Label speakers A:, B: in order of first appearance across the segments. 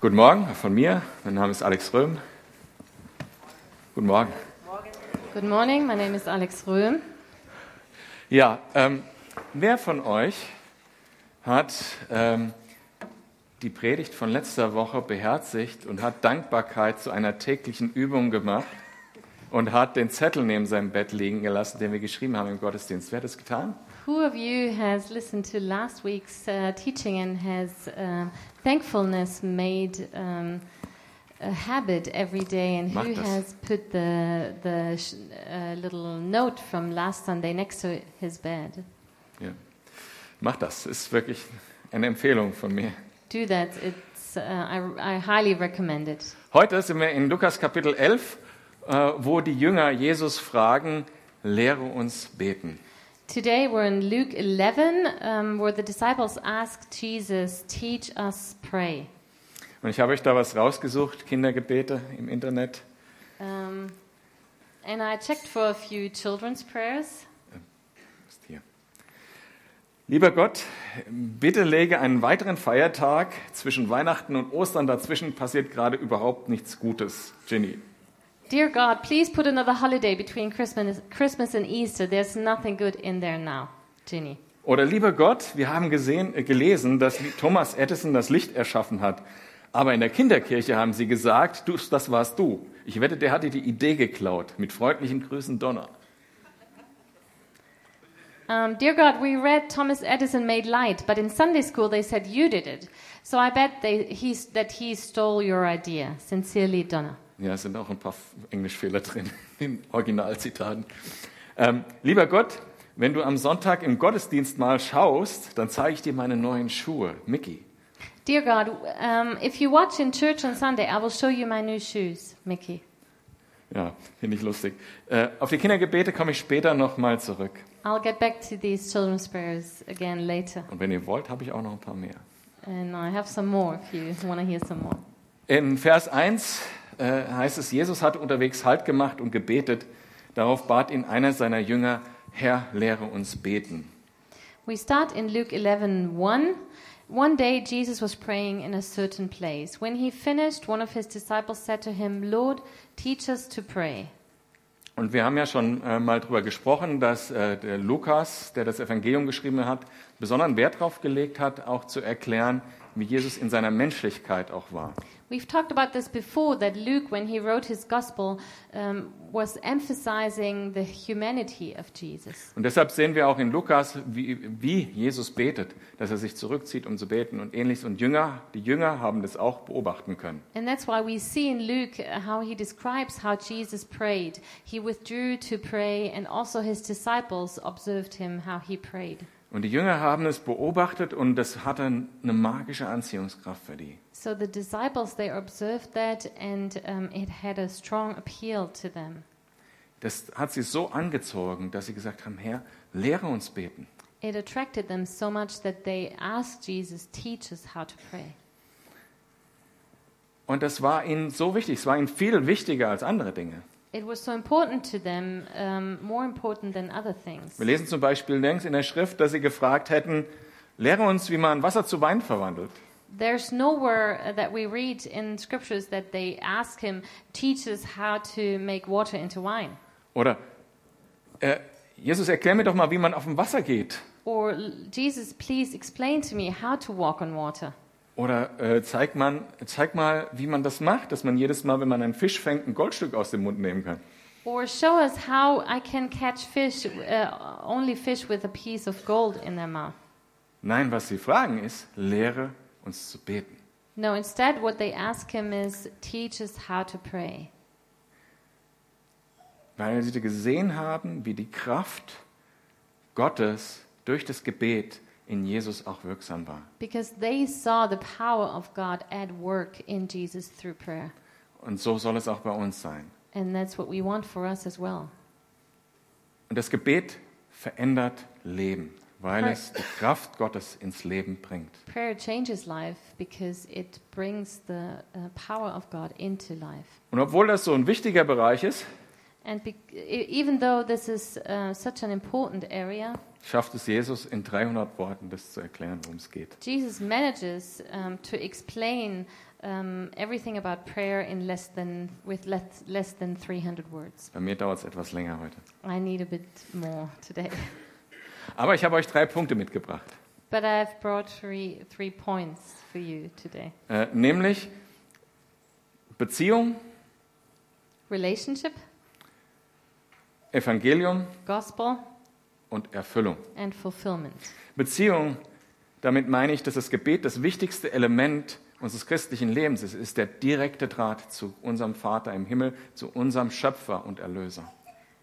A: Guten Morgen von mir. Mein Name ist Alex Röhm. Guten Morgen.
B: Good morning, my name is Alex Röhm.
A: Ja, ähm, wer von euch hat ähm, die Predigt von letzter Woche beherzigt und hat Dankbarkeit zu einer täglichen Übung gemacht und hat den Zettel neben seinem Bett liegen gelassen, den wir geschrieben haben im Gottesdienst? Wer hat das getan?
B: Who of you has listened to last week's uh, teaching and has uh, thankfulness made um, a habit every day? And
A: Macht
B: who
A: das.
B: has put the, the sh- uh, little note from last Sunday next to his bed?
A: Ja. Mach das. Ist wirklich eine Empfehlung von mir.
B: Do that. It's, uh, I, I highly recommend it.
A: Heute sind wir in Lukas Kapitel 11, äh, wo die Jünger Jesus fragen, lehre uns beten.
B: Today we're in Luke 11, um, where the disciples ask Jesus, Teach us pray.
A: Und ich habe euch da was rausgesucht, Kindergebete im Internet.
B: Um, and I checked for a few children's prayers.
A: Ist hier. Lieber Gott, bitte lege einen weiteren Feiertag zwischen Weihnachten und Ostern. Dazwischen passiert gerade überhaupt nichts Gutes. Ginny.
B: Dear God, please put another holiday between Christmas, Christmas and Easter. There's nothing good in there now. Ginny.
A: Oder lieber Gott, wir haben gesehen, äh, gelesen, dass Thomas Edison das Licht erschaffen hat. Aber in der Kinderkirche haben sie gesagt, du, das warst du. Ich wette, der hatte die Idee geklaut. Mit freundlichen Grüßen Donner.
B: Um, dear God, we read Thomas Edison made light, but in Sunday school they said you did it. So I bet they, he, that he stole your idea. Sincerely, Donna.
A: Ja, es sind auch ein paar F- Englischfehler drin in Originalzitaten. Ähm, lieber Gott, wenn du am Sonntag im Gottesdienst mal schaust, dann zeige ich dir meine neuen Schuhe. Mickey.
B: Dear God, um, if you watch in church on Sunday, I will show you my new shoes, Mickey.
A: Ja, finde ich lustig. Äh, auf die Kindergebete komme ich später nochmal zurück.
B: I'll get back to these children's prayers again later.
A: Und wenn ihr wollt, habe ich auch noch ein paar mehr.
B: And I have some more if you want to hear some more.
A: In Vers 1 äh, heißt es, Jesus hat unterwegs Halt gemacht und gebetet. Darauf bat ihn einer seiner Jünger, Herr, lehre uns beten.
B: We start in Luke 11:1. One day Jesus was praying in a certain place. When he finished, one of his disciples said to him, "Lord, teach us to pray."
A: Und wir haben ja schon äh, mal darüber gesprochen, dass äh, der Lukas, der das Evangelium geschrieben hat, besonderen Wert darauf gelegt hat, auch zu erklären, wie Jesus in seiner Menschlichkeit auch war.
B: We've talked about this before that Luke when he wrote his gospel um, was emphasizing the humanity of Jesus.
A: Und deshalb sehen wir auch in Lukas, wie, wie Jesus betet, dass er sich zurückzieht, um zu beten und ähnliches. Und Jünger, die Jünger haben das auch beobachten können.
B: And that's why we see in Luke uh, how he describes how Jesus prayed. He withdrew to pray and also his disciples observed him how he prayed.
A: Und die Jünger haben es beobachtet und das hatte eine magische Anziehungskraft für die.
B: So the disciples they observed that, and um, it had a strong appeal to them.
A: Das hat sie so angezogen, dass sie gesagt haben, Herr, lehre uns beten.
B: It attracted them so much that they asked Jesus, "Teach us how to pray."
A: Und das war ihnen so wichtig, es war ihnen viel wichtiger als andere Dinge.
B: It was so important to them, um, more important than other things.
A: Wir lesen zum Beispiel längst in der Schrift, dass sie gefragt hätten, lehre uns, wie man Wasser zu Wein verwandelt.
B: There's nowhere uh, that we read in scriptures that they ask him, "Teach us how to make water into wine,"
A: Oder, äh, Jesus, erklär mir doch mal, wie man auf dem Wasser geht.
B: or "Jesus, please explain to me how to walk on water."
A: Oder äh, zeig, man, zeig mal, wie man das macht, dass man jedes Mal, wenn man einen Fisch fängt, ein Goldstück aus dem Mund nehmen kann.
B: Or show us how I can catch fish, uh, only fish with a piece of gold in their mouth.
A: Nein, was sie fragen ist, lehre uns zu beten.
B: No, instead, what they ask him is, teach us how to pray.
A: Weil sie gesehen haben, wie die Kraft Gottes durch das Gebet in Jesus auch wirksam war.
B: Because they saw the power of God at work in Jesus through prayer.
A: Und so soll es auch bei uns sein.
B: And that's what we want for us as well.
A: Und das Gebet verändert Leben, weil es die Kraft Gottes ins Leben bringt.
B: Prayer changes life because it brings the uh, power of God into life.
A: Und obwohl das so ein wichtiger Bereich ist,
B: And be- e- even though this is uh, such an important area,
A: schafft es Jesus in 300 Worten, das zu erklären, worum es geht.
B: Jesus manages um, to explain um, everything about prayer in less than with less, less than 300 words.
A: Bei mir dauert es etwas länger heute.
B: I need a bit more today,
A: Aber ich habe euch drei Punkte mitgebracht.
B: but I've brought three three points for you today:
A: Äh, nämlich Beziehung,
B: relationship,
A: Evangelium
B: gospel,
A: und Erfüllung.
B: and fulfillment.
A: Beziehung, damit meine ich, dass das Gebet das wichtigste Element unseres christlichen Lebens ist, Es ist der direkte Draht zu unserem Vater im Himmel, zu unserem Schöpfer und Erlöser.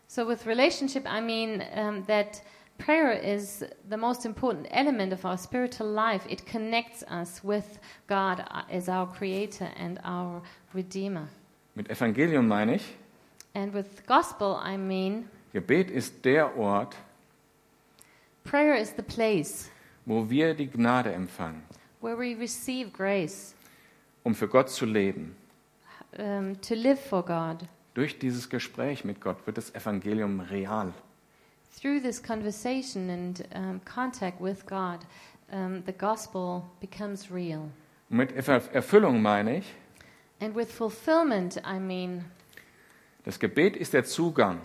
B: So, with relationship, I mean um, that prayer is the most important element of our spiritual life. It connects us with God uh, as our creator and our redeemer.
A: Mit Evangelium meine ich,
B: And with gospel, I mean
A: Gebet ist der Ort,
B: prayer is the place
A: wo wir die Gnade empfangen,
B: where we receive grace
A: um für Gott zu leben.
B: um, to live for God.
A: Durch dieses Gespräch mit Gott wird das Evangelium real.
B: Through this conversation and um, contact with God, um, the gospel becomes real.
A: Und mit Erf- Erfüllung meine ich,
B: And with fulfillment, I mean
A: Das Gebet ist der Zugang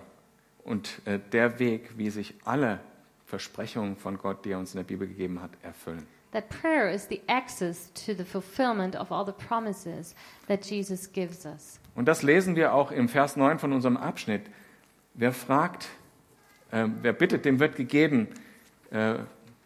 A: und äh, der Weg, wie sich alle Versprechungen von Gott, die er uns in der Bibel gegeben hat, erfüllen.
B: That prayer is the access to the fulfillment of all the promises that Jesus gives us.
A: Und das lesen wir auch im Vers 9 von unserem Abschnitt. Wer fragt, äh, wer bittet, dem wird gegeben. Äh,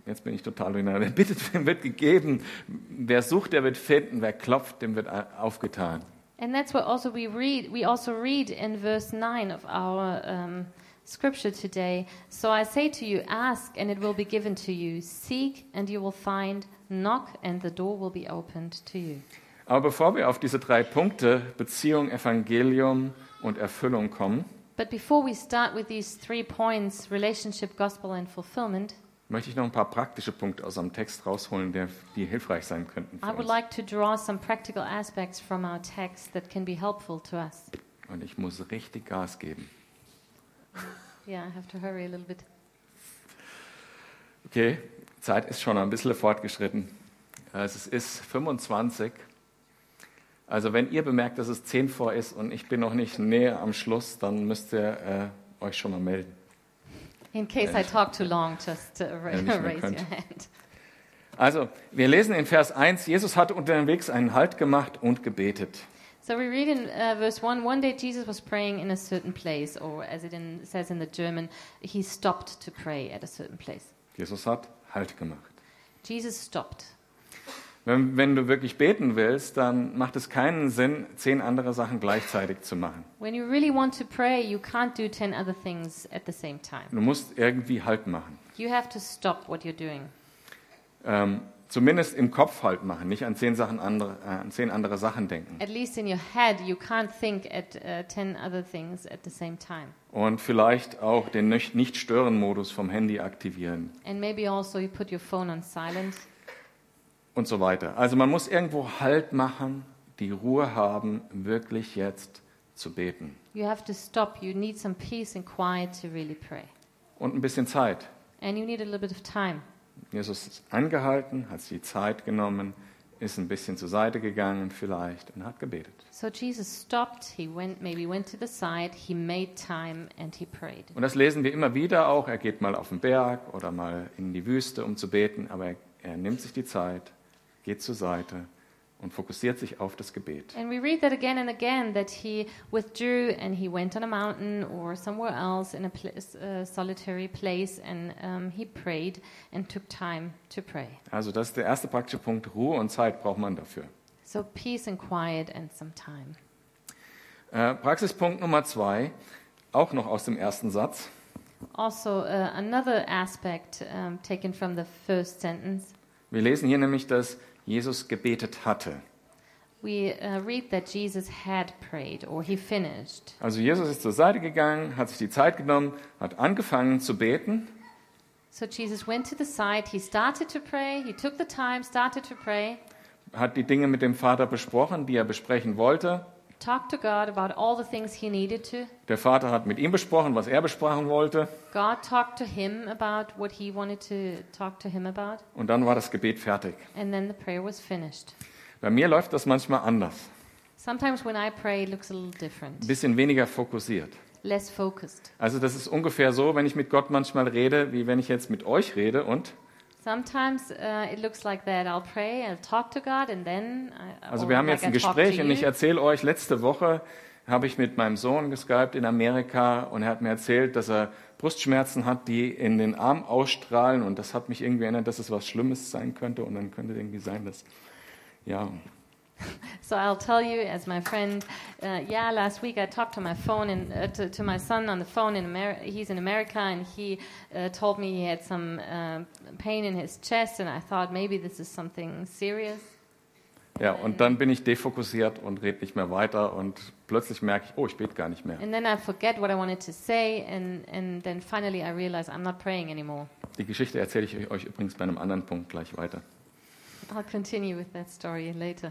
A: jetzt bin ich total durcheinander. Wer bittet, dem wird gegeben. Wer sucht, der wird finden. Wer klopft, dem wird a- aufgetan.
B: And that's what also we read. We also read in verse 9 of our um, scripture today. So I say to you, ask and it will be given to you. Seek and you will find. Knock and the door will be opened to you.
A: Aber bevor wir auf diese drei Punkte, Beziehung, Evangelium und Erfüllung kommen,
B: But before we start with these three points relationship, gospel, and fulfillment
A: möchte ich noch ein paar praktische Punkte aus einem Text rausholen, der, die hilfreich sein könnten. Für
B: I would
A: uns.
B: like to draw some practical aspects from our text that can be helpful to us.
A: Und ich muss richtig Gas geben.
B: Yeah, I have to hurry a little bit.
A: Okay, Zeit ist schon ein bisschen fortgeschritten. Also es ist 25. Also wenn ihr bemerkt, dass es 10 vor ist und ich bin noch nicht näher am Schluss, dann müsst ihr äh, euch schon mal melden.
B: In case I talk too long, just uh, ra-
A: Ja, nicht mehr
B: raise your
A: könnt.
B: hand.
A: Also, wir lesen in Vers 1, Jesus hat unterwegs einen Halt gemacht und gebetet.
B: So we read in uh, verse 1 One day Jesus was praying in a certain place, or as it in, says in the German, he stopped to pray at a certain place.
A: Jesus hat Halt gemacht.
B: Jesus stopped.
A: Wenn, wenn du wirklich beten willst, dann macht es keinen Sinn, zehn andere Sachen gleichzeitig zu machen.
B: When you really want to pray, you can't do 10 other things at the same time.
A: Du musst irgendwie Halt machen.
B: You have to stop what you're doing.
A: Ähm, zumindest im Kopf Halt machen, nicht an zehn, Sachen andere, äh, an zehn andere Sachen denken.
B: At least in your head, you can't think at uh, 10 other things at the same time.
A: Und vielleicht auch den Nöch- Nicht-Stören-Modus vom Handy aktivieren
B: And maybe also you put your phone on silent.
A: und so weiter. Also man muss irgendwo Halt machen, die Ruhe haben, wirklich jetzt zu beten.
B: You have to stop. You need some peace and quiet to really pray.
A: Und ein bisschen Zeit.
B: And you need a little bit of time.
A: Jesus ist angehalten, hat sich die Zeit genommen, ist ein bisschen zur Seite gegangen vielleicht und hat gebetet.
B: So Jesus stopped, he went maybe went to the side, he made time and he prayed.
A: Und das lesen wir immer wieder auch. Er geht mal auf den Berg oder mal in die Wüste, um zu beten, aber er, er nimmt sich die Zeit, geht zur Seite und fokussiert sich auf das Gebet.
B: And we read that again and again that he withdrew and he went on a mountain or somewhere else in a place, uh, solitary place and um, he prayed and took time to pray.
A: Also das ist der erste praktische Punkt. Ruhe und Zeit braucht man dafür.
B: So peace and quiet and some time.
A: Äh, Praxispunkt Nummer zwei, auch noch aus dem ersten Satz.
B: Also uh, another aspect um, taken from the first sentence
A: Wir lesen hier nämlich, dass Jesus gebetet hatte.
B: We uh, read that Jesus had prayed or he finished.
A: Also Jesus ist zur Seite gegangen, hat sich die Zeit genommen, hat angefangen zu beten
B: So Jesus went to the side, he started to pray, he took the time, started to pray.
A: hat die Dinge mit dem Vater besprochen, die er besprechen wollte.
B: talked to God about all the things he needed to.
A: Der Vater hat mit ihm besprochen, was er besprechen wollte.
B: God talked to him about what he wanted to talk to him about,
A: Und dann war das Gebet fertig.
B: and then the prayer was finished.
A: Bei mir läuft das manchmal anders.
B: Sometimes when I pray, it looks a little
A: Ein
B: different,
A: bisschen weniger fokussiert.
B: less focused.
A: Also das ist ungefähr so, wenn ich mit Gott manchmal rede, wie wenn ich jetzt mit euch rede und
B: Sometimes uh, it looks like that. I'll pray, I'll talk to God, and then I,
A: also
B: or
A: wir haben
B: like
A: jetzt ein
B: I talk
A: Gespräch
B: to
A: und ich
B: you.
A: erzähle euch, letzte Woche habe ich mit meinem Sohn geskypt in Amerika und er hat mir erzählt, dass er Brustschmerzen hat, die in den Arm ausstrahlen und das hat mich irgendwie erinnert, dass es was Schlimmes sein könnte und dann könnte irgendwie sein, dass ja,
B: So I'll tell you, as my friend, uh, yeah, last week I talked to my phone and uh, to, to my son on the phone. In Amer- he's in America, and he uh, told me he had some uh, pain in his chest, and I thought maybe this is something serious.
A: ja und dann bin ich defokussiert und rede nicht mehr weiter und plötzlich merke ich, oh, ich bete gar nicht mehr.
B: And then I forget what I wanted to say, and, and then finally I realize I'm not praying anymore.
A: Die Geschichte erzähle ich euch übrigens bei einem anderen Punkt gleich weiter.
B: I'll continue with that story later.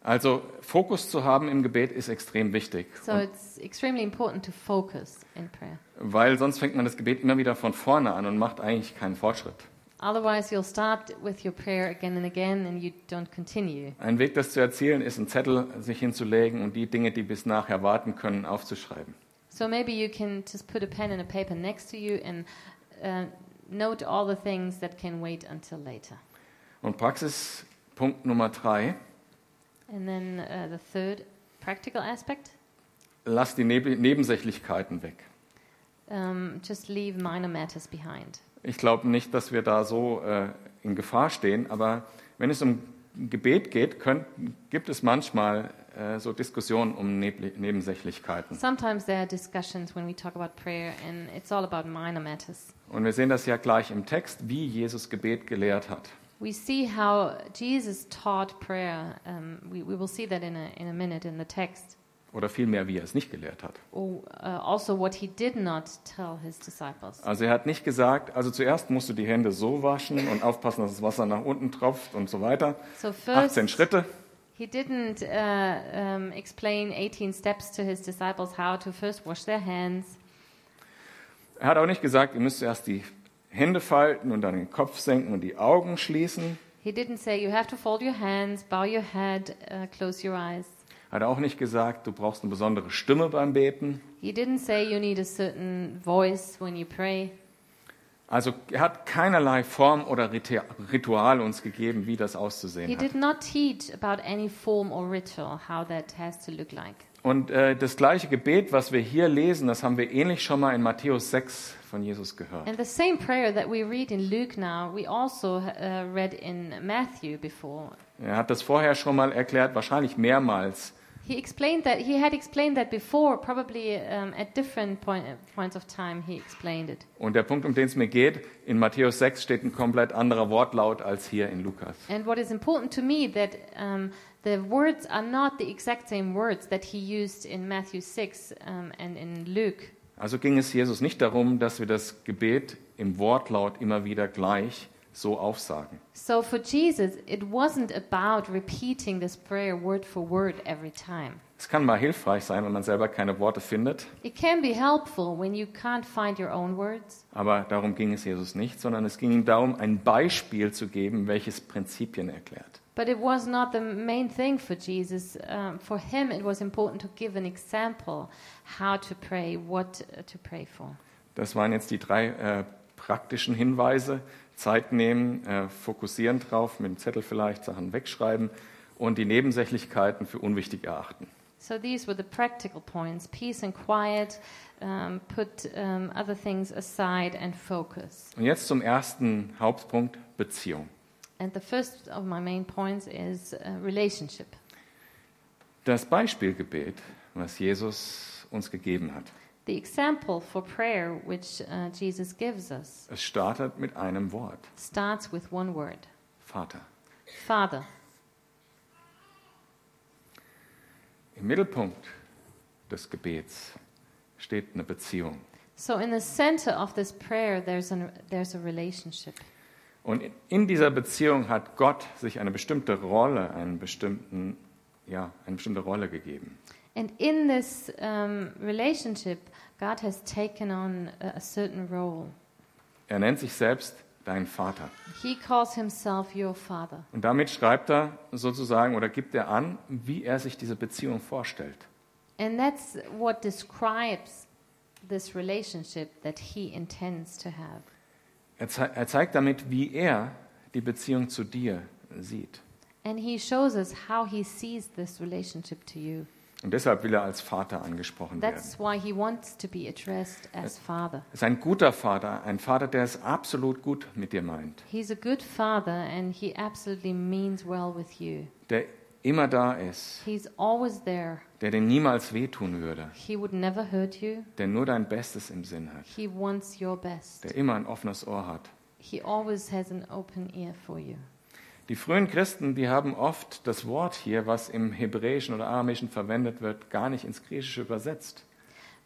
A: Also Fokus zu haben im Gebet ist extrem wichtig,
B: So it's extremely important to focus in prayer.
A: Und- weil sonst fängt man das Gebet immer wieder von vorne an und macht eigentlich keinen Fortschritt.
B: Otherwise, you'll start with your prayer again and again, and you don't continue.
A: Ein Weg, das zu erzielen, ist, einen Zettel sich hinzulegen und die Dinge, die bis nachher warten können, aufzuschreiben.
B: So maybe you can just put a pen and a paper next to you and uh, note all the things that can wait until later.
A: Und Praxispunkt Nummer drei,
B: And then uh, the third practical aspect
A: lass die Neb Nebensächlichkeiten weg.
B: um, just leave minor matters behind.
A: Ich glaube nicht, dass wir da so äh, in Gefahr stehen, aber wenn es um Gebet geht, könnt, gibt es manchmal äh, so Diskussionen um Neb Nebensächlichkeiten.
B: Sometimes there are discussions when we talk about prayer, and it's all about minor matters.
A: Und wir sehen das ja gleich im Text, wie Jesus Gebet gelehrt hat.
B: We see how Jesus taught prayer. Um, we, we will see that in a, in a minute in the text,
A: Oder vielmehr, wie er es nicht gelehrt hat.
B: or uh, also what he did not tell his disciples.
A: Also er hat nicht gesagt, also zuerst musst du die Hände so waschen und aufpassen, dass das Wasser nach unten tropft und so weiter.
B: So first,
A: 18 Schritte.
B: He didn't uh, um, explain 18 steps to his disciples how to first wash their hands.
A: Er hat auch nicht gesagt, ihr müsst zuerst die Hände falten und dann den Kopf senken und die Augen schließen.
B: He didn't say you have to fold your hands, bow your head, uh, close your eyes.
A: Hat auch nicht gesagt, du brauchst eine besondere Stimme beim Beten.
B: He didn't say you need a certain voice when you pray.
A: Also er hat keinerlei Form oder Rite- Ritual uns gegeben, wie das
B: He
A: auszusehen hat.
B: did not teach about any form or ritual how that has to look like.
A: Und äh, das gleiche Gebet, was wir hier lesen, das haben wir ähnlich schon mal in Matthäus 6 von Jesus gehört.
B: And the same prayer that we read in Luke now, we also uh, read in Matthew before.
A: Er hat das vorher schon mal erklärt, wahrscheinlich mehrmals.
B: He explained that he had explained that before, probably um, at different point, points of time. He explained it.
A: Und der Punkt, um den es mir geht, in Matthäus 6 steht ein komplett anderer Wortlaut als hier in Lukas.
B: And what is important to me that um, the words are not the exact same words that he used in Matthew 6 um, and in Luke.
A: Also ging es Jesus nicht darum, dass wir das Gebet im Wortlaut immer wieder gleich so aufsagen.
B: So for Jesus, it wasn't about repeating this prayer word for word every time.
A: Es kann mal hilfreich sein, wenn man selber keine Worte findet,
B: It can be helpful when you can't find your own words,
A: aber darum ging es Jesus nicht, sondern es ging ihm darum, ein Beispiel zu geben, welches Prinzipien erklärt.
B: but it was not the main thing for Jesus. Um, for him, it was important to give an example how to pray, what uh, to pray for.
A: Das waren jetzt die drei äh, praktischen Hinweise. Zeit nehmen, äh, fokussieren drauf, mit dem Zettel vielleicht Sachen wegschreiben und die Nebensächlichkeiten für unwichtig erachten.
B: So these were the practical points peace and quiet, um, put um, other things aside and focus.
A: Und jetzt zum ersten Hauptpunkt, Beziehung.
B: And the first of my main points is uh, relationship.
A: Das Beispielgebet, was Jesus uns gegeben hat,
B: The example for prayer which uh, Jesus gives us
A: es startet mit einem Wort,
B: starts with one word
A: Vater.
B: Father.
A: Im Mittelpunkt des Gebets steht eine Beziehung.
B: So in the center of this prayer, there's, an, there's a relationship.
A: Und in dieser Beziehung hat Gott sich eine bestimmte Rolle, einen bestimmten ja, eine bestimmte Rolle gegeben.
B: And in this um, relationship, God has taken on a, a certain role.
A: Er nennt sich selbst dein Vater.
B: He calls himself your father.
A: Und damit schreibt er sozusagen oder gibt er an, wie er sich diese Beziehung vorstellt.
B: And that's what describes this relationship that he intends to have.
A: Er, zei er zeigt damit, wie er die Beziehung zu dir sieht.
B: And he shows us how he sees this relationship to you.
A: Und deshalb will er als Vater angesprochen werden.
B: That's why he wants to be addressed as father.
A: Er ist ein guter Vater, ein Vater, der es absolut gut mit dir meint,
B: He's a good father and he absolutely means well with you.
A: der immer da ist,
B: He's always there.
A: der dir niemals wehtun würde,
B: He would never hurt you.
A: der nur dein Bestes im Sinn hat,
B: He wants your best.
A: der immer ein offenes Ohr hat.
B: He always has an open ear for you.
A: Die frühen Christen, die haben oft das Wort hier, was im Hebräischen oder Aramäischen verwendet wird, gar nicht ins Griechische übersetzt.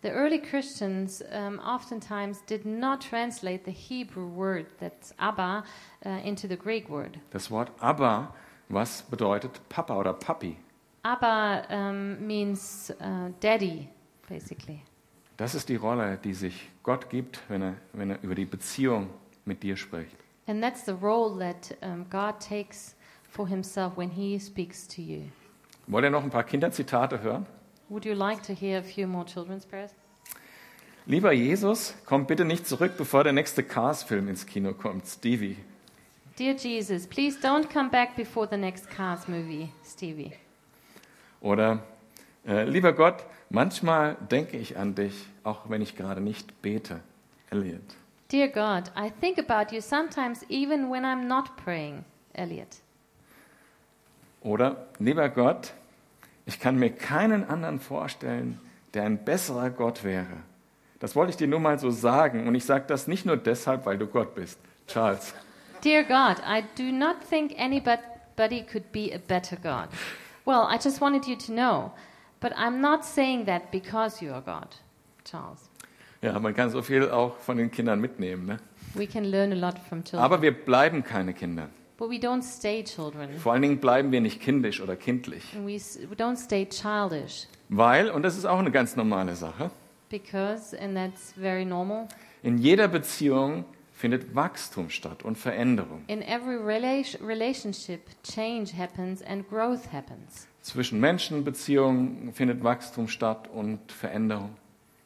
B: The early Christians um, oftentimes did not translate the Hebrew word that's Abba uh, into the Greek word.
A: Das Wort Abba, was bedeutet Papa oder Papi.
B: Abba um, means uh, daddy, basically.
A: Das ist die Rolle, die sich Gott gibt, wenn er, wenn er über die Beziehung mit dir spricht.
B: And that's the role that um, God takes for himself when he speaks to you.
A: Wollt ihr noch ein paar Kinderzitate hören?
B: Would you like to hear a few more children's prayers?
A: Lieber Jesus, komm bitte nicht zurück, bevor der nächste Cars-Film ins Kino kommt. Stevie.
B: Dear Jesus, please don't come back before the next Cars movie, Stevie.
A: Oder äh, lieber Gott, manchmal denke ich an dich, auch wenn ich gerade nicht bete. Elliot.
B: Dear God, I think about you sometimes even when I'm not praying, Elliot.
A: Oder lieber Gott, ich kann mir keinen anderen vorstellen, der ein besserer Gott wäre. Das wollte ich dir nur mal so sagen und ich sage das nicht nur deshalb, weil du Gott bist. Charles.
B: Dear God, I do not think anybody could be a better God. Well, I just wanted you to know, but I'm not saying that because you are God, Charles.
A: Ja, man kann so viel auch von den Kindern mitnehmen. Ne?
B: We can learn a lot from children,
A: Aber wir bleiben keine Kinder.
B: but we don't stay children.
A: Vor allen Dingen bleiben wir nicht kindisch oder kindlich.
B: And we, s- we don't stay childish
A: Weil, und das ist auch eine ganz normale Sache,
B: because, and that's very normal,
A: in jeder Beziehung findet Wachstum statt und Veränderung.
B: in every rela- relationship, change happens and growth happens.
A: Zwischen Menschenbeziehungen findet Wachstum statt und Veränderung.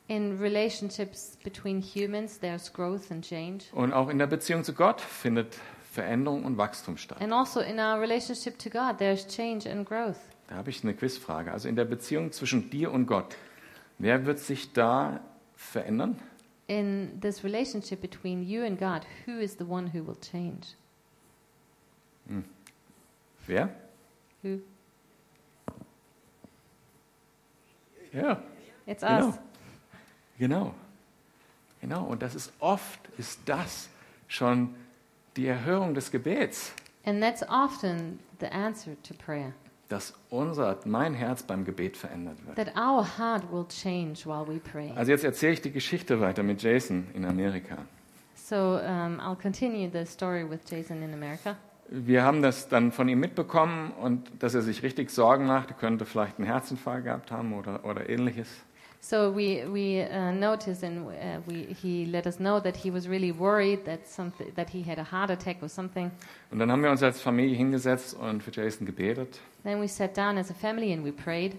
B: In relationships between humans, there's growth and change.
A: Und auch in der Beziehung zu Gott findet Veränderung und Wachstum statt.
B: And also in our relationship to God, there's change and growth.
A: Da habe ich eine Quizfrage. Also in der Beziehung zwischen dir und Gott, wer wird sich da verändern?
B: In this relationship between you and God, who is the one who will change?
A: Wer?
B: Who?
A: Ja,
B: It's
A: genau.
B: us.
A: Genau. Genau. Und das ist oft, ist das schon die Erhörung des Gebets.
B: And that's often the answer to prayer
A: dass unser, mein Herz beim Gebet verändert wird.
B: that our heart will change while we pray.
A: Also jetzt erzähle ich die Geschichte weiter mit Jason in Amerika.
B: So um, I'll continue the story with Jason in America.
A: Wir haben das dann von ihm mitbekommen und dass er sich richtig Sorgen macht, er könnte vielleicht einen Herzinfarkt gehabt haben oder, oder ähnliches.
B: So we we uh, noticed and uh, we he let us know that he was really worried that something that he had a heart attack or something.
A: Und dann haben wir uns als Familie hingesetzt und für Jason gebetet.
B: Then we sat down as a family and we prayed.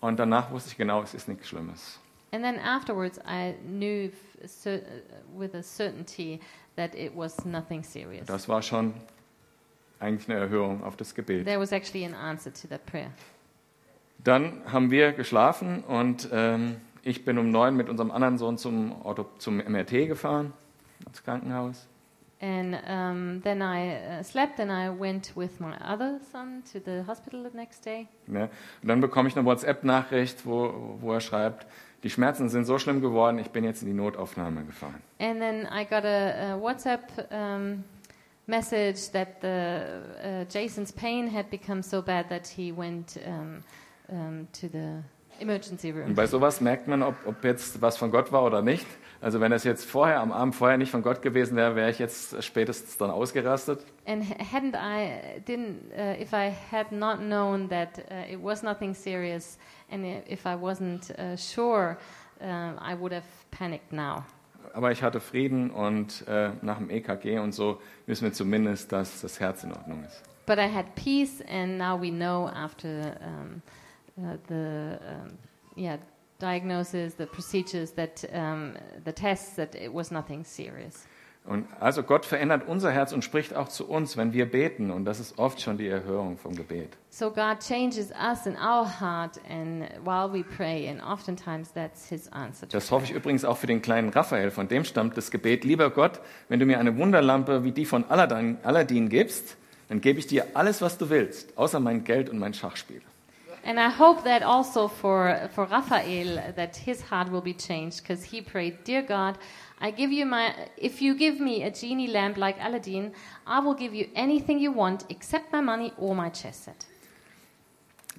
A: Und danach wusste ich genau, es ist nichts Schlimmes.
B: And then afterwards, I knew f- cer- uh, with a certainty that it was nothing serious.
A: Das war schon eigentlich eine Erhöhung auf das Gebet.
B: There was actually an answer to that prayer.
A: Dann haben wir geschlafen und ähm, ich bin um neun mit unserem anderen Sohn zum, Ortho zum MRT gefahren, ins Krankenhaus.
B: And um, then I uh, slept and I went with my other son to the hospital the next day.
A: Ne? Und dann bekomme ich eine WhatsApp-Nachricht, wo, wo er schreibt, die Schmerzen sind so schlimm geworden, ich bin jetzt in die Notaufnahme gefahren.
B: And then I got a, a WhatsApp um, message that the uh, Jason's pain had become so bad that he went um, um, to the emergency room.
A: Und bei sowas merkt man, ob, ob jetzt was von Gott war oder nicht. Also wenn das jetzt vorher, am Abend vorher nicht von Gott gewesen wäre, wäre ich jetzt spätestens dann ausgerastet.
B: And h- hadn't I didn't uh, if I had not known that uh, it was nothing serious, and i- if I wasn't uh, sure, um, I would have panicked now.
A: Aber ich hatte Frieden und äh, nach dem EKG und so wissen wir zumindest, dass das Herz in Ordnung ist.
B: But I had peace, and now we know after um, uh, the um, yeah diagnosis, the procedures, that um, the tests, that it was nothing serious.
A: Und also Gott verändert unser Herz und spricht auch zu uns, wenn wir beten. Und das ist oft schon die Erhörung vom Gebet.
B: So God changes us in our heart, and while we pray, and oftentimes that's His answer. To
A: Das hoffe ich übrigens auch für den kleinen Raphael. Von dem stammt das Gebet, lieber Gott, wenn du mir eine Wunderlampe wie die von Aladdin, Aladdin gibst, dann gebe ich dir alles, was du willst, außer mein Geld und mein Schachspiel.
B: And I hope that also for, for Raphael that his heart will be changed because he prayed, "Dear God, I give you my if you give me a genie lamp like Aladdin, I will give you anything you want except my money or my chess set."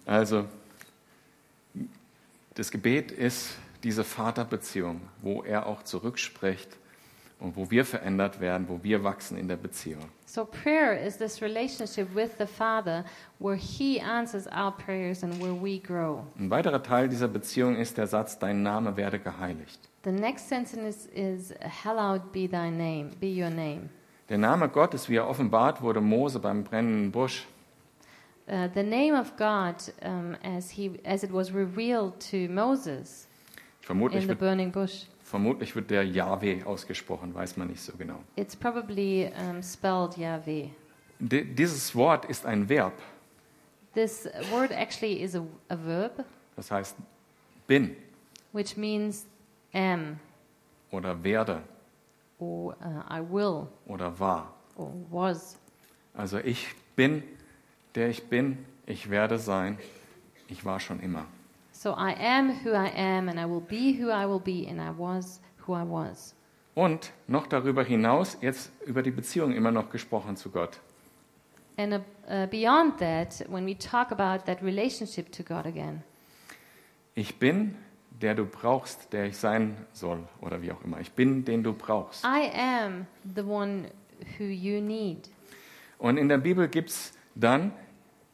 A: Also, das Gebet ist diese Vaterbeziehung, wo er auch zurückspricht und wo wir verändert werden, wo wir wachsen in der Beziehung.
B: So prayer is this relationship with the Father where he answers our prayers and where we grow.
A: Ein weiterer Teil dieser Beziehung ist der Satz, dein Name werde geheiligt.
B: The next sentence is, "Hallowed be thy name, be your name."
A: Der Name Gottes, wie er offenbart wurde Mose beim brennenden Busch,
B: Uh, the name of God, um, as he as it was revealed to Moses
A: vermutlich
B: in
A: wird
B: the burning bush.
A: Vermutlich wird der Yahweh ausgesprochen, weiß man nicht so genau.
B: It's probably um, spelled Yahweh.
A: D dieses Wort ist ein Verb,
B: This word actually is a, a verb,
A: das heißt bin
B: which means am,
A: oder werde
B: or uh, I will,
A: oder war.
B: or was.
A: Also ich bin, der ich bin, ich werde sein, ich war schon immer.
B: So I am who I am, and I will be who I will be, and I was who I was.
A: Und noch darüber hinaus, jetzt über die Beziehung immer noch gesprochen zu Gott.
B: And uh, uh, beyond that, when we talk about that relationship to God again,
A: Ich bin, der du brauchst, der ich sein soll oder wie auch immer. Ich bin, den du brauchst.
B: I am the one who you need.
A: Und in der Bibel gibt es dann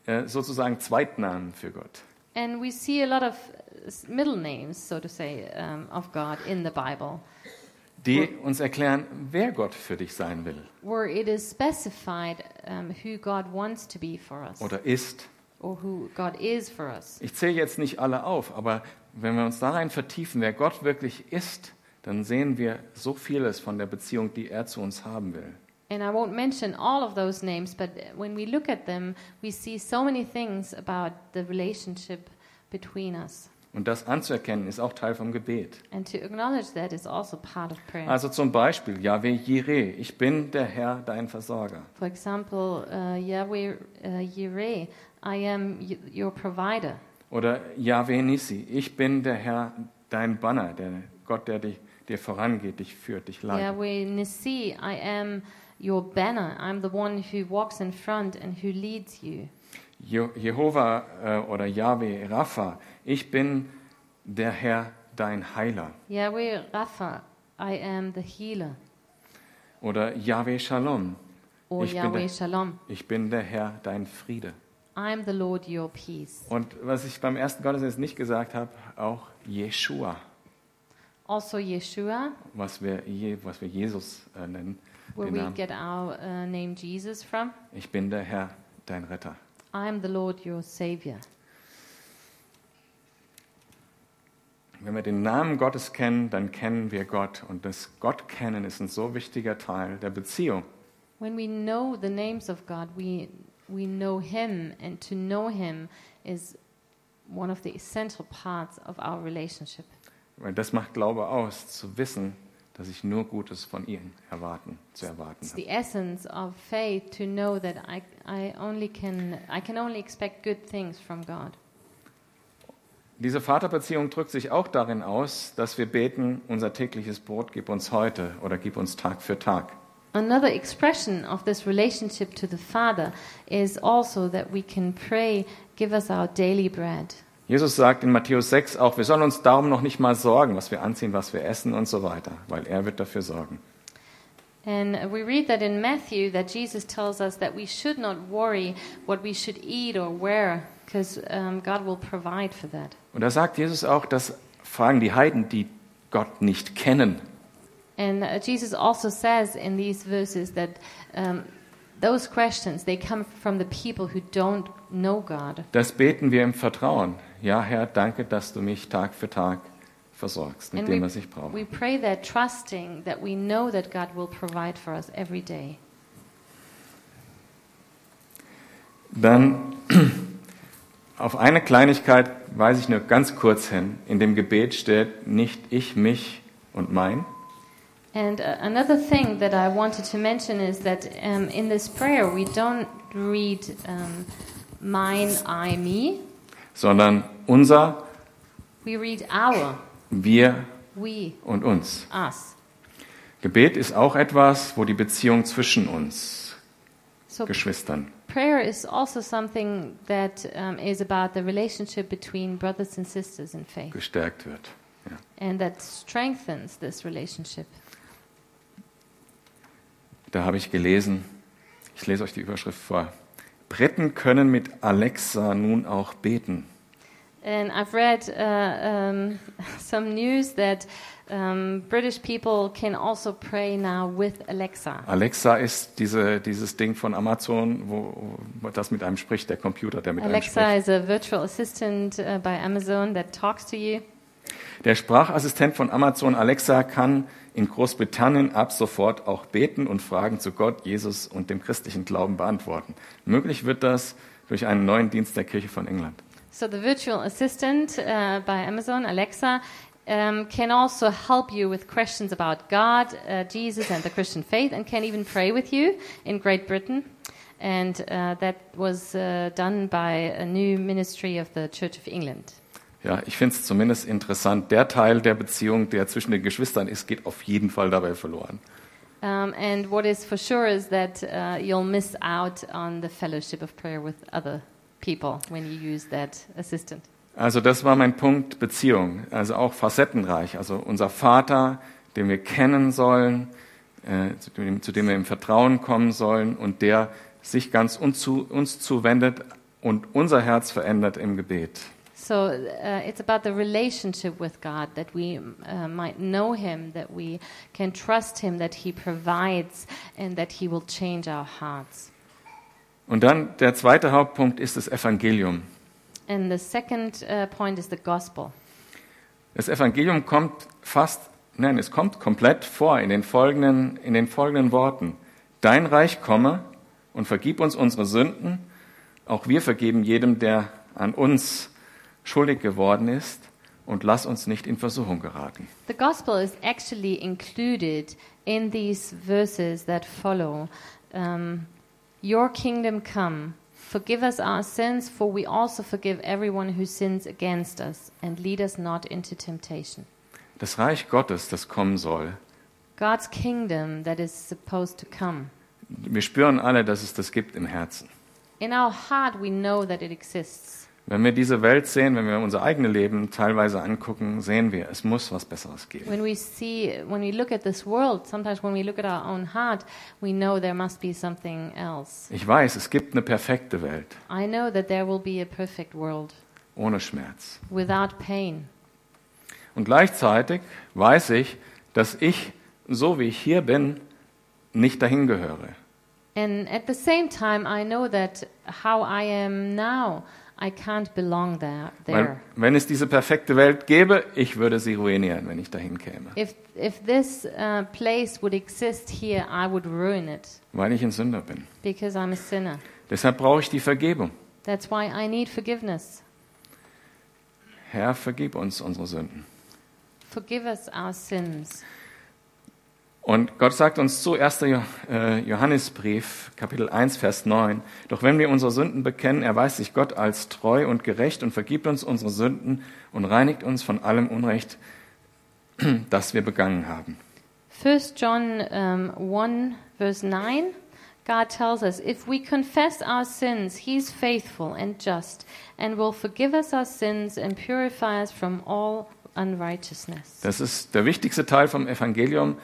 A: äh, sozusagen Zweitnamen für Gott.
B: And we see a lot of uh, s- middle names, so to say, um, of God in the Bible.
A: die uns erklären, wer Gott für dich sein will
B: where it is specified um, who God wants to be for us
A: oder ist.
B: or who God is for us.
A: Ich zähle jetzt nicht alle auf, aber wenn wir uns da rein vertiefen, wer Gott wirklich ist, dann sehen wir so vieles von der Beziehung, die er zu uns haben will.
B: And I won't mention all of those names, but when we look at them, we see so many things about the relationship between us.
A: Und das anzuerkennen ist auch Teil vom Gebet.
B: And to acknowledge that is also part of prayer.
A: Also zum Beispiel, Yahweh Jireh, ich bin der Herr, dein Versorger.
B: for example, uh, Yahweh uh, Yireh, I am y- your provider.
A: Oder Yahweh Nissi, ich bin der Herr, dein Banner, der Gott, der dich, dir vorangeht, dich führt, dich leitet.
B: Yahweh Nisi, I am your banner. I'm the one who walks in front and who leads you.
A: Je Jehova äh, oder Yahweh Rapha, ich bin der Herr, dein Heiler.
B: Yahweh Rapha, I am the healer,
A: Oder Yahweh Shalom,
B: or
A: Ich bin
B: Oh, Yahweh
A: der-
B: Shalom,
A: ich bin der Herr, dein Friede.
B: I am the Lord your peace.
A: Und was ich beim ersten Gottesdienst nicht gesagt habe, auch Jeshua,
B: Also Yeshua,
A: was wir, Je, was wir Jesus äh, nennen,
B: where
A: den
B: we
A: Namen.
B: get our uh, name Jesus from,
A: Ich bin der Herr, dein Retter.
B: I am the Lord your savior.
A: Wenn wir den Namen Gottes kennen, dann kennen wir Gott. Und das Gott kennen ist ein so wichtiger Teil der Beziehung.
B: When we know the names of God, we we know Him, and to know Him is one of the essential parts of our relationship,
A: Weil das macht Glaube aus, zu wissen, dass ich nur Gutes von ihm erwarten, zu erwarten
B: It's
A: habe.
B: the essence of faith to know that I I only can I can only expect good things from God.
A: Diese Vaterbeziehung drückt sich auch darin aus, dass wir beten, unser tägliches Brot gib uns heute oder gib uns Tag für Tag.
B: Another expression of this relationship to the Father is also that we can pray, Give us our daily bread.
A: Jesus sagt in Matthäus 6 auch, wir sollen uns darum noch nicht mal sorgen, was wir anziehen, was wir essen und so weiter, weil er wird dafür sorgen.
B: And we read that in Matthew that Jesus tells us that we should not worry what we should eat or wear, because um, God will provide for that.
A: Und da sagt Jesus auch, das fragen die Heiden, die Gott nicht kennen.
B: And uh, Jesus also says in these verses that um, those questions they come from the people who don't know God.
A: Das beten wir im Vertrauen. Ja, Herr, danke, dass du mich Tag für Tag versorgst mit
B: And
A: dem,
B: we,
A: was ich brauche.
B: we pray that trusting that we know that God will provide for us every day.
A: Dann auf eine Kleinigkeit weise ich nur ganz kurz hin. In dem Gebet steht nicht ich, mich und mein,
B: And uh, another thing that I wanted to mention is that um, in this prayer we don't read um, mine, I, me.
A: sondern unser,
B: We read our,
A: wir
B: we,
A: und uns.
B: us.
A: Gebet ist auch etwas, wo die Beziehung zwischen uns,
B: So
A: Geschwistern,
B: prayer is also something that um, is about the relationship between brothers and sisters in faith,
A: gestärkt wird. Ja.
B: and that strengthens this relationship.
A: Da habe ich gelesen, ich lese euch die Überschrift vor. Briten können mit Alexa nun auch beten.
B: And I've read uh, um, some news that um, British people can also pray now with Alexa.
A: Alexa ist diese, dieses Ding von Amazon, wo, wo das mit einem spricht, der Computer, der mit
B: Alexa
A: einem
B: is a virtual assistant uh, by Amazon that talks to you.
A: spricht. Der Sprachassistent von Amazon Alexa kann in Großbritannien ab sofort auch beten und Fragen zu Gott, Jesus und dem christlichen Glauben beantworten. Möglich wird das durch einen neuen Dienst der Kirche von England.
B: So the virtual assistant uh, by Amazon, Alexa, um, can also help you with questions about God, uh, Jesus, and the Christian faith, and can even pray with you in Great Britain. And uh, that was uh, done by a new ministry of the Church of England.
A: Ja, ich finde es zumindest interessant. Der Teil der Beziehung, der zwischen den Geschwistern ist, geht auf jeden Fall dabei verloren.
B: Um, and what is for sure is that uh, you'll miss out on the fellowship of prayer with other people when you use that assistant.
A: Also das war mein Punkt Beziehung, also auch facettenreich. Also unser Vater, den wir kennen sollen, äh, zu, dem, zu dem wir im Vertrauen kommen sollen und der sich ganz uns, zu, uns zuwendet und unser Herz verändert im Gebet.
B: So uh, it's about the relationship with God that we uh, might know Him, that we can trust Him, that He provides, and that He will change our hearts.
A: Und dann der zweite Hauptpunkt ist das Evangelium.
B: And the second uh, point is the gospel.
A: Das Evangelium kommt fast, nein, es kommt komplett vor in den folgenden, in den folgenden Worten. Dein Reich komme und vergib uns unsere Sünden. Auch wir vergeben jedem, der an uns schuldig geworden ist. Und lass uns nicht in Versuchung geraten.
B: The gospel is actually included in these verses that follow. Um, Your kingdom come. Forgive us our sins, for we also forgive everyone who sins against us, and lead us not into temptation.
A: Das Reich Gottes, das kommen soll.
B: God's kingdom that is supposed to come.
A: Wir spüren alle, dass es das gibt im Herzen.
B: In our heart, we know that it exists.
A: Wenn wir diese Welt sehen, wenn wir unser eigenes Leben teilweise angucken, sehen wir, es muss was Besseres geben.
B: When we see, when we look at this world, sometimes when we look at our own heart, we know there must be something else.
A: Ich weiß, es gibt eine perfekte Welt,
B: I know that there will be a perfect world
A: ohne Schmerz.
B: without pain.
A: Und gleichzeitig weiß ich, dass ich, so wie ich hier bin, nicht dahin gehöre.
B: And at the same time, I know that how I am now, I can't belong there.
A: Weil,
B: there.
A: wenn es diese perfekte Welt gäbe, ich würde sie ruinieren, wenn ich dahin käme,
B: If, if this uh, place would exist here, I would ruin it
A: weil ich ein Sünder bin.
B: because I'm a sinner.
A: Deshalb brauche ich die Vergebung.
B: That's why I need forgiveness.
A: Herr, vergib uns unsere Sünden.
B: Forgive us our sins.
A: Und Gott sagt uns zu 1. Jo- äh, Johannesbrief, Kapitel 1, Vers 9, Doch wenn wir unsere Sünden bekennen, erweist sich Gott als treu und gerecht und vergibt uns unsere Sünden und reinigt uns von allem Unrecht, das wir begangen haben.
B: First John um, 1 verse 9 God tells us if we confess our sins, He's faithful and just and will forgive us our sins and purify us from all unrighteousness.
A: Das ist der wichtigste Teil vom Evangelium.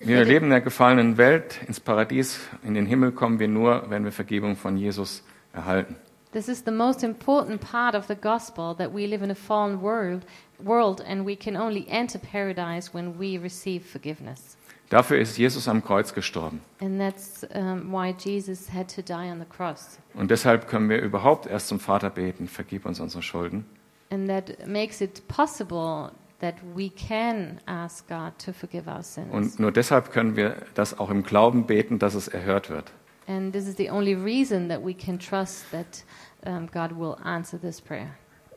A: Wir leben in der gefallenen Welt, ins Paradies, in den Himmel kommen wir nur, wenn wir Vergebung von Jesus erhalten.
B: This is the most important part of the gospel that we live in a fallen world, world and we can only enter paradise when we receive forgiveness.
A: Dafür ist Jesus am Kreuz gestorben.
B: And that's um, why Jesus had to die on the cross.
A: Und deshalb können wir überhaupt erst zum Vater beten, vergib uns unsere Schulden.
B: And that makes it possible that we can ask God to forgive our sins.
A: Und nur deshalb können wir das auch im Glauben beten, dass es erhört wird.
B: and this is the only reason that we can trust that um, God will answer this prayer.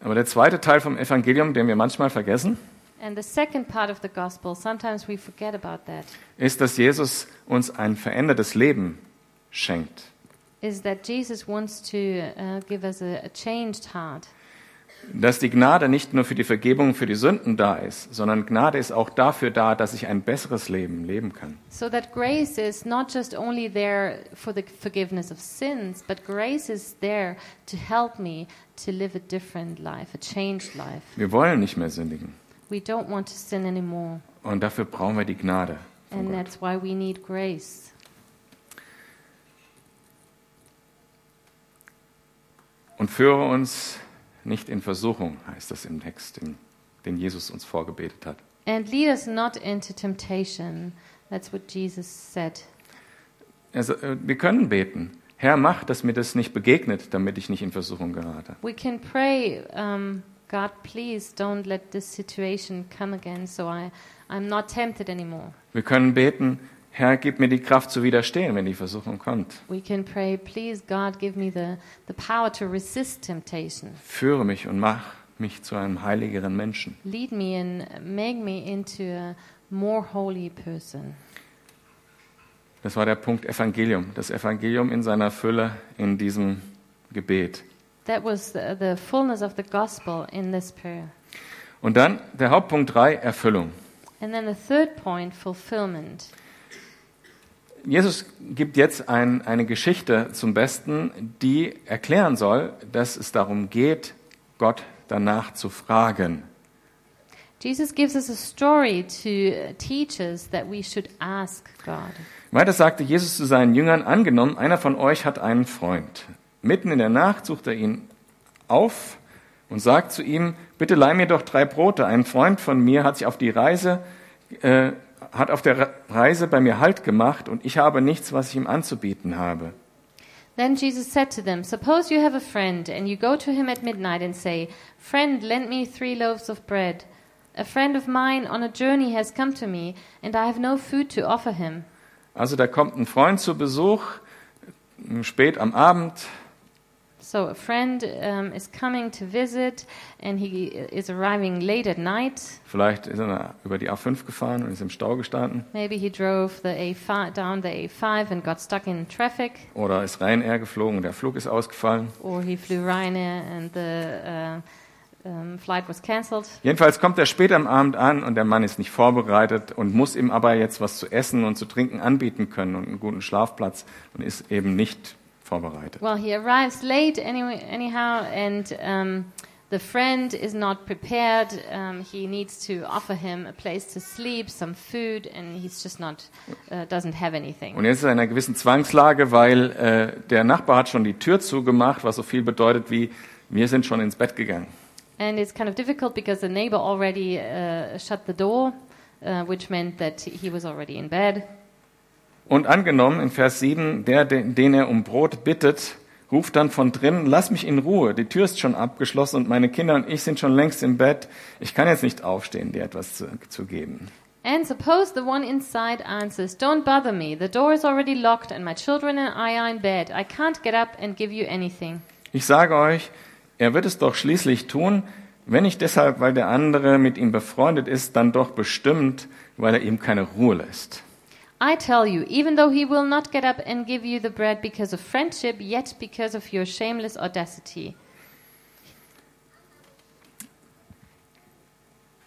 A: Aber der zweite Teil vom Evangelium, den wir manchmal vergessen,
B: And the second part of the gospel, sometimes we forget about that,
A: ist, dass Jesus uns ein verändertes Leben schenkt.
B: is that Jesus wants to uh, give us a, a changed heart.
A: Dass die Gnade nicht nur für die Vergebung für die Sünden da ist, sondern Gnade ist auch dafür da, dass ich ein besseres Leben leben kann.
B: So that grace is not just only there for the forgiveness of sins, but grace is there to help me to live a different life, a changed life.
A: Wir wollen nicht mehr sündigen.
B: We don't want to sin anymore,
A: Und dafür brauchen wir die Gnade. von
B: and
A: Gott.
B: that's why we need grace.
A: Und führe uns nicht in Versuchung, heißt das im Text, den, den Jesus uns vorgebetet hat.
B: And lead us not into temptation. That's what Jesus said.
A: Also, äh, wir können beten. Herr, mach, dass mir das nicht begegnet, damit ich nicht in Versuchung gerate.
B: We can pray, um, God, please don't let this situation come again so I, I'm not tempted anymore.
A: Wir können beten, Herr, gib mir die Kraft zu widerstehen, wenn die Versuchung kommt.
B: We can pray, please, God, give me the, the power to resist temptation.
A: Führe mich und mach mich zu einem heiligeren Menschen.
B: Lead me and make me into a more holy person.
A: Das war der Punkt Evangelium. Das Evangelium in seiner Fülle in diesem Gebet.
B: That was the, the fullness of the gospel in this prayer.
A: Und dann der Hauptpunkt 3, Erfüllung.
B: And then the third point, fulfillment.
A: Jesus gibt jetzt ein, eine Geschichte zum Besten, die erklären soll, dass es darum geht, Gott danach zu fragen.
B: Jesus gives us a story to teach us that we should ask God.
A: Weiter sagte Jesus zu seinen Jüngern, angenommen, einer von euch hat einen Freund. Mitten in der Nacht sucht er ihn auf und sagt zu ihm, bitte leih mir doch drei Brote. Ein Freund von mir hat sich auf die Reise, äh, hat auf der Re- Reise bei mir Halt gemacht und ich habe nichts, was ich ihm anzubieten habe.
B: Then Jesus said to them, Suppose you have a friend, and you go to him at midnight and say, Friend, lend me three loaves of bread. A friend of mine on a journey has come to me, and I have no food to offer him.
A: Also da kommt ein Freund zu Besuch, m, spät am Abend,
B: So a friend um, is coming to visit, and he uh, is arriving late at night.
A: vielleicht ist er über die A5 gefahren und ist im Stau gestanden
B: Maybe he drove the A5, down the A5 and got stuck in traffic,
A: oder ist Ryanair geflogen und der Flug ist ausgefallen.
B: or he flew Ryanair and the uh, um, flight was cancelled.
A: Jedenfalls kommt er spät am Abend an und der Mann ist nicht vorbereitet und muss ihm aber jetzt was zu essen und zu trinken anbieten können und einen guten Schlafplatz und ist eben nicht vorbereitet.
B: Well, he arrives late anyway, anyhow, and um, the friend is not prepared. Um, he needs to offer him a place to sleep, some food, and he's just not uh, doesn't have anything.
A: Und jetzt ist er in einer gewissen Zwangslage, weil äh, der Nachbar hat schon die Tür zugemacht, was so viel bedeutet wie wir sind schon ins Bett gegangen.
B: And it's kind of difficult because the neighbor already uh, shut the door, uh, which meant that he was already in bed.
A: Und angenommen in Vers 7, der, den den er um Brot bittet, ruft dann von drinnen, lass mich in Ruhe, die Tür ist schon abgeschlossen und meine Kinder und ich sind schon längst im Bett, ich kann jetzt nicht aufstehen, dir etwas zu, zu geben.
B: And suppose the one inside answers, Don't bother me, the door is already locked, and my children and I are in bed. I can't get up and give you anything.
A: Ich sage euch, er wird es doch schließlich tun, wenn nicht deshalb, weil der andere mit ihm befreundet ist, dann doch bestimmt, weil er ihm keine Ruhe lässt.
B: I tell you, even though he will not get up and give you the bread because of friendship, yet because of your shameless audacity.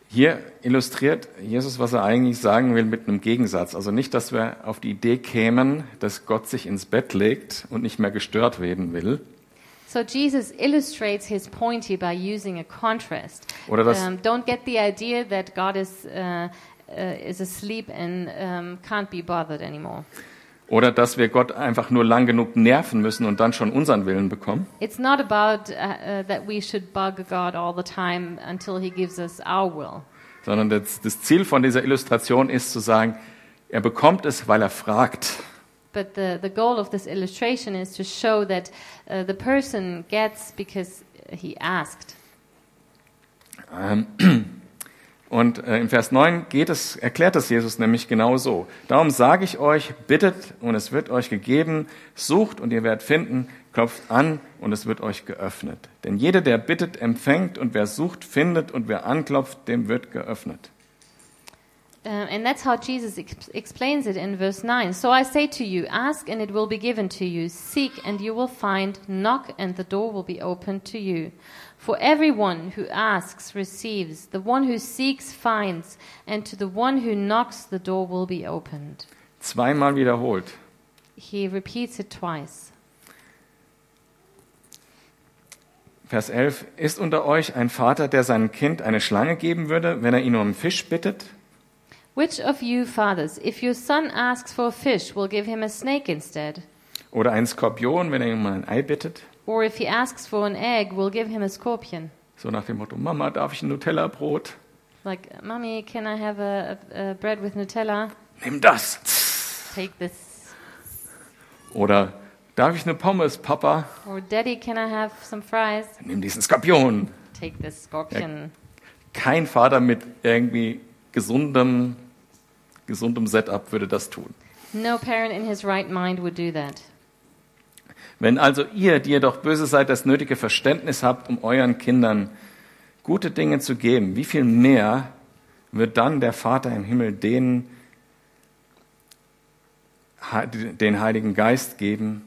A: Hier illustriert Jesus, was er eigentlich sagen will, mit einem Gegensatz. Also nicht, dass wir auf die Idee kämen, dass Gott sich ins Bett legt und nicht mehr gestört werden will.
B: So Jesus illustrates his point here by using a contrast.
A: Oder das-
B: um, don't get the idea that God is uh, uh, is asleep and um, can't be bothered anymore.
A: Oder dass wir Gott einfach nur lang genug nerven müssen und dann schon unseren Willen bekommen.
B: It's not about uh, uh, that we should bug God all the time until He gives us our will.
A: Sondern das, das Ziel von dieser Illustration ist zu sagen, er bekommt es, weil er fragt.
B: But the, the goal of this illustration is to show that uh, the person gets because he asked.
A: Ähm, Und äh, im Vers 9 geht es, erklärt es Jesus nämlich genau so. Darum sage ich euch, bittet und es wird euch gegeben, sucht und ihr werdet finden, klopft an und es wird euch geöffnet. Denn jeder, der bittet, empfängt und wer sucht, findet und wer anklopft, dem wird geöffnet.
B: Uh, and that's how Jesus ex- explains it in verse 9. So I say to you, ask and it will be given to you. Seek and you will find. Knock and the door will be opened to you. For everyone who asks receives. The one who seeks finds. And to the one who knocks, the door will be opened.
A: Zweimal wiederholt.
B: He repeats it twice.
A: Vers 11. Ist unter euch ein Vater, der seinem Kind eine Schlange geben würde, wenn er ihn um einen Fisch bittet?
B: Which of you fathers, if your son asks for a fish, will give him a snake instead?
A: Oder einen Skorpion, wenn er ihn um ein Ei bittet?
B: Or if he asks for an egg, will give him a scorpion?
A: So nach dem Motto, Mama, darf ich ein Nutella-Brot?
B: Like, Mommy, can I have a, a, a bread with Nutella?
A: Nimm das!
B: Take this.
A: Oder darf ich eine Pommes, Papa?
B: Or, Daddy, can I have some fries?
A: Nimm diesen Skorpion.
B: Take this scorpion.
A: Kein Vater mit irgendwie gesundem, gesundem Setup würde das tun.
B: No parent in his right mind would do that.
A: Wenn also ihr, die ihr doch böse seid, das nötige Verständnis habt, um euren Kindern gute Dinge zu geben, wie viel mehr wird dann der Vater im Himmel denen He- den Heiligen Geist geben,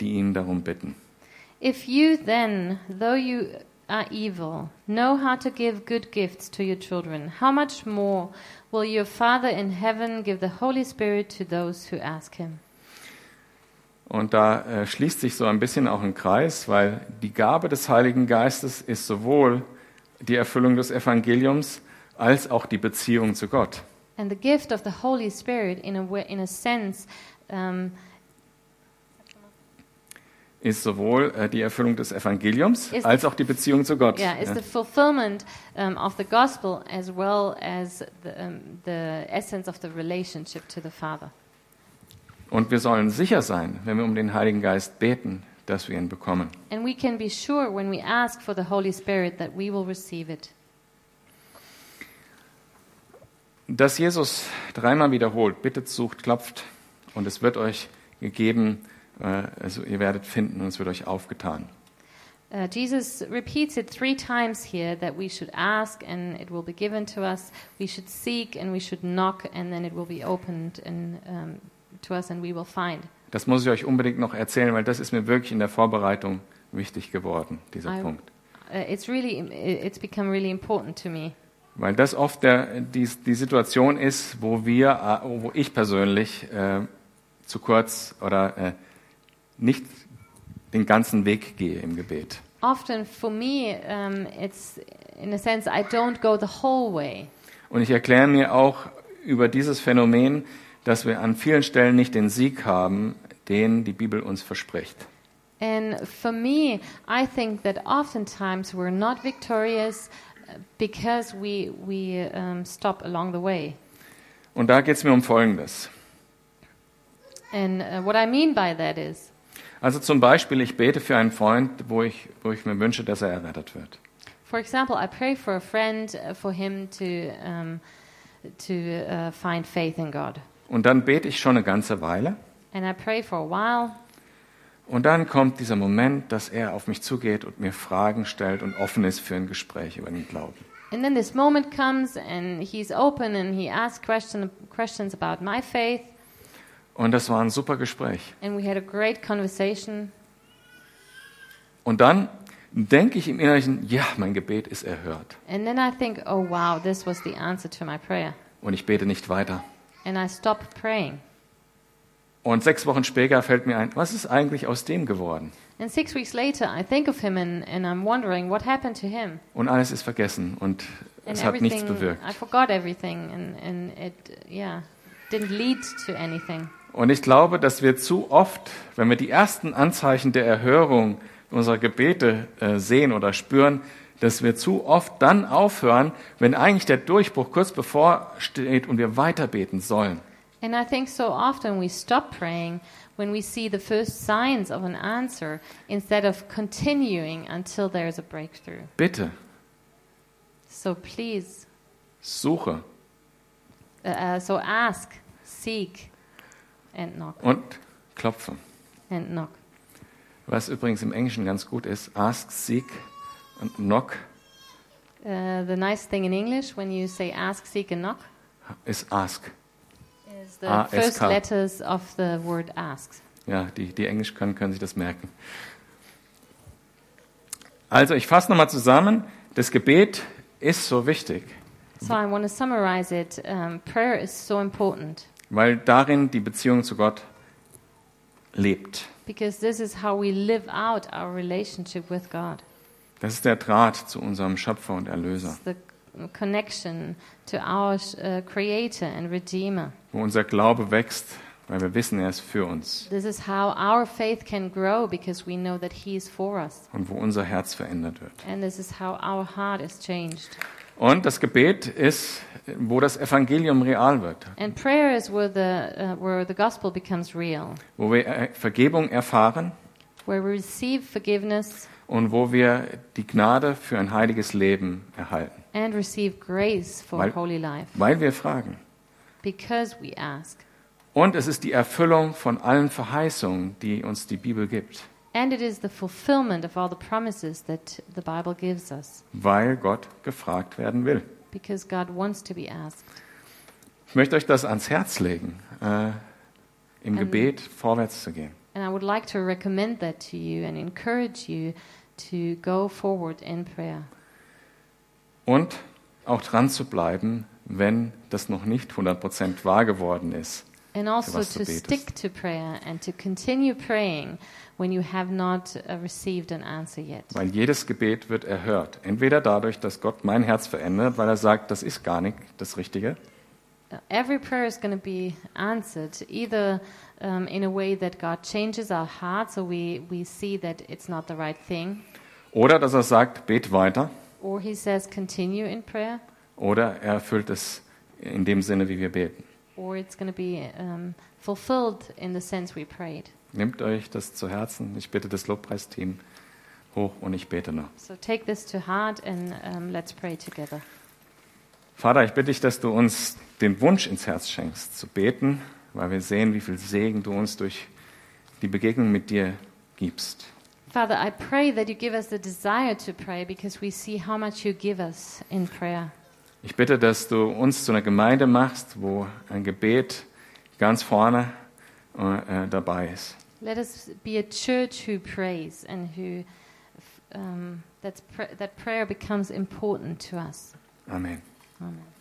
A: die ihn darum bitten.
B: If you then, though you are evil, know how to give good gifts to your children, how much more will your Father in heaven give the Holy Spirit to those who ask him?
A: Und da äh, schließt sich so ein bisschen auch ein Kreis, weil die Gabe des Heiligen Geistes ist sowohl die Erfüllung des Evangeliums als auch die Beziehung zu Gott.
B: And the gift of the Holy Spirit, in a, way, in a sense, um,
A: Ist sowohl äh, die Erfüllung des Evangeliums
B: Ist-
A: als auch die Beziehung zu Gott.
B: yeah, is
A: Ja.
B: the fulfillment um, of the gospel as well as the, um, the essence of the relationship to the Father.
A: Und wir sollen sicher sein, wenn wir um den Heiligen Geist beten, dass wir ihn bekommen.
B: And we can be sure when we ask for the Holy Spirit that we will receive it.
A: Dass Jesus dreimal wiederholt, bittet, sucht, klopft und es wird euch gegeben, äh, also ihr werdet finden und es wird euch aufgetan.
B: Uh, Jesus repeats it three times here that we should ask and it will be given to us. We should seek and we should knock and then it will be opened and, um, to us and we will find.
A: Das muss ich euch unbedingt noch erzählen, weil das ist mir wirklich in der Vorbereitung wichtig geworden, dieser
B: Ah.
A: Punkt.
B: Uh, it's really, it's become really important to me
A: Weil das oft der, die, die Situation ist, wo wir, äh, wo ich persönlich äh, zu kurz oder äh, nicht den ganzen Weg gehe im Gebet.
B: often for me, um, it's in a sense I don't go the whole way.
A: Und ich erkläre mir auch über dieses Phänomen, dass wir an vielen Stellen nicht den Sieg haben, den die Bibel uns verspricht.
B: And for me, I think that oftentimes we're not victorious uh, because we we um, stop along the way.
A: Und da geht es mir um Folgendes.
B: And uh, what I mean by that is,
A: Also zum Beispiel, ich bete für einen Freund, wo ich, wo ich mir wünsche, dass er errettet wird.
B: for example, I pray for a friend uh, for him to um, to uh, find faith in God,
A: Und dann bete ich schon eine ganze Weile.
B: and I pray for a while,
A: Und dann kommt dieser Moment, dass er auf mich zugeht und mir Fragen stellt und offen ist für ein Gespräch über den Glauben.
B: and then this moment comes, and he's open and he asks question, questions about my faith,
A: Und das war ein super Gespräch.
B: and we had a great conversation.
A: Und dann denke ich im Innerlichen, ja, mein Gebet ist erhört.
B: And then I think, oh wow, this was the answer to my prayer.
A: Und ich bete nicht weiter.
B: And I stop praying.
A: Und sechs Wochen später fällt mir ein, was ist eigentlich aus dem geworden?
B: And six weeks later, I think of him and, and I'm wondering what happened to him.
A: Und alles ist vergessen und
B: And
A: es hat nichts bewirkt.
B: I forgot everything, and, and it, yeah, didn't lead to anything.
A: Und ich glaube, dass wir zu oft, wenn wir die ersten Anzeichen der Erhörung unserer Gebete äh, sehen oder spüren, dass wir zu oft dann aufhören, wenn eigentlich der Durchbruch kurz bevorsteht und wir weiterbeten sollen.
B: And I think so often we stop praying when we see the first signs of an answer instead of continuing until there is a breakthrough.
A: Bitte,
B: So please,
A: suche.
B: uh, uh, so ask, seek, and knock,
A: und klopfen.
B: and knock.
A: Was übrigens im Englischen ganz gut ist, ask, seek und knock
B: Uh, the nice thing in English when you say ask, seek, and knock
A: ist ask.
B: is the
A: Ah,
B: first
A: SK.
B: letters of the word ask.
A: Ja, die, die Englisch können, können sich das merken. Also ich fasse nochmal zusammen, das Gebet ist so wichtig,
B: So I want to summarize it. Um, prayer is so important
A: weil darin die Beziehung zu Gott lebt.
B: because this is how we live out our relationship with God.
A: Das ist der Draht zu unserem Schöpfer und
B: It's
A: Erlöser,
B: the connection to our uh, Creator and Redeemer.
A: wo unser Glaube wächst, weil wir wissen, er ist für uns
B: This is how our faith can grow because we know that He is for us.
A: und wo unser Herz verändert wird.
B: And this is how our heart is changed.
A: Und das Gebet ist, wo das Evangelium real wird,
B: And prayer is where the, uh, where the gospel becomes real,
A: wo wir äh, Vergebung erfahren
B: where we receive forgiveness
A: und wo wir die Gnade für ein heiliges Leben erhalten,
B: and receive grace for
A: Weil-
B: holy life
A: weil wir fragen.
B: because we ask.
A: Und es ist die Erfüllung von allen Verheißungen, die uns die Bibel gibt,
B: And it is the fulfillment of all the promises that the Bible gives us
A: weil Gott gefragt werden will.
B: because God wants to be asked.
A: Ich möchte euch das ans Herz legen, äh, im
B: Ähm.
A: Gebet vorwärts zu gehen.
B: And I would like to recommend that to you and encourage you to go forward in prayer
A: Und auch dran zu bleiben, wenn das noch nicht 100% wahr geworden ist.
B: and also
A: was
B: to
A: du betest.
B: stick to prayer and to continue praying when you have not uh, received an answer yet.
A: Weil jedes Gebet wird erhört. Entweder dadurch, dass Gott mein Herz verändert, weil er sagt, das ist gar nicht das Richtige.
B: Uh, Every prayer is going to be answered either um, in a way that God changes our heart so we, we see that it's not the right thing,
A: Oder dass er sagt, bet weiter.
B: or He says continue in prayer.
A: Oder er erfüllt es in dem Sinne, wie wir beten.
B: or it's going to be um, fulfilled in the sense we prayed.
A: Nehmt euch das zu Herzen. Ich bitte das Lobpreisteam hoch und ich bete noch.
B: So take this to heart and um, let's pray together.
A: Vater, ich bitte dich, dass du uns den Wunsch ins Herz schenkst, zu beten, weil wir sehen, wie viel Segen du uns durch die Begegnung mit dir gibst.
B: Father, I pray that you give us the desire to pray because we see how much you give us in prayer.
A: Ich bitte, dass du uns zu einer Gemeinde machst, wo ein Gebet ganz vorne äh, äh, dabei ist.
B: Let us be a church who prays and who f- um, that's pr- that prayer becomes important to us.
A: Amen.
B: Amen.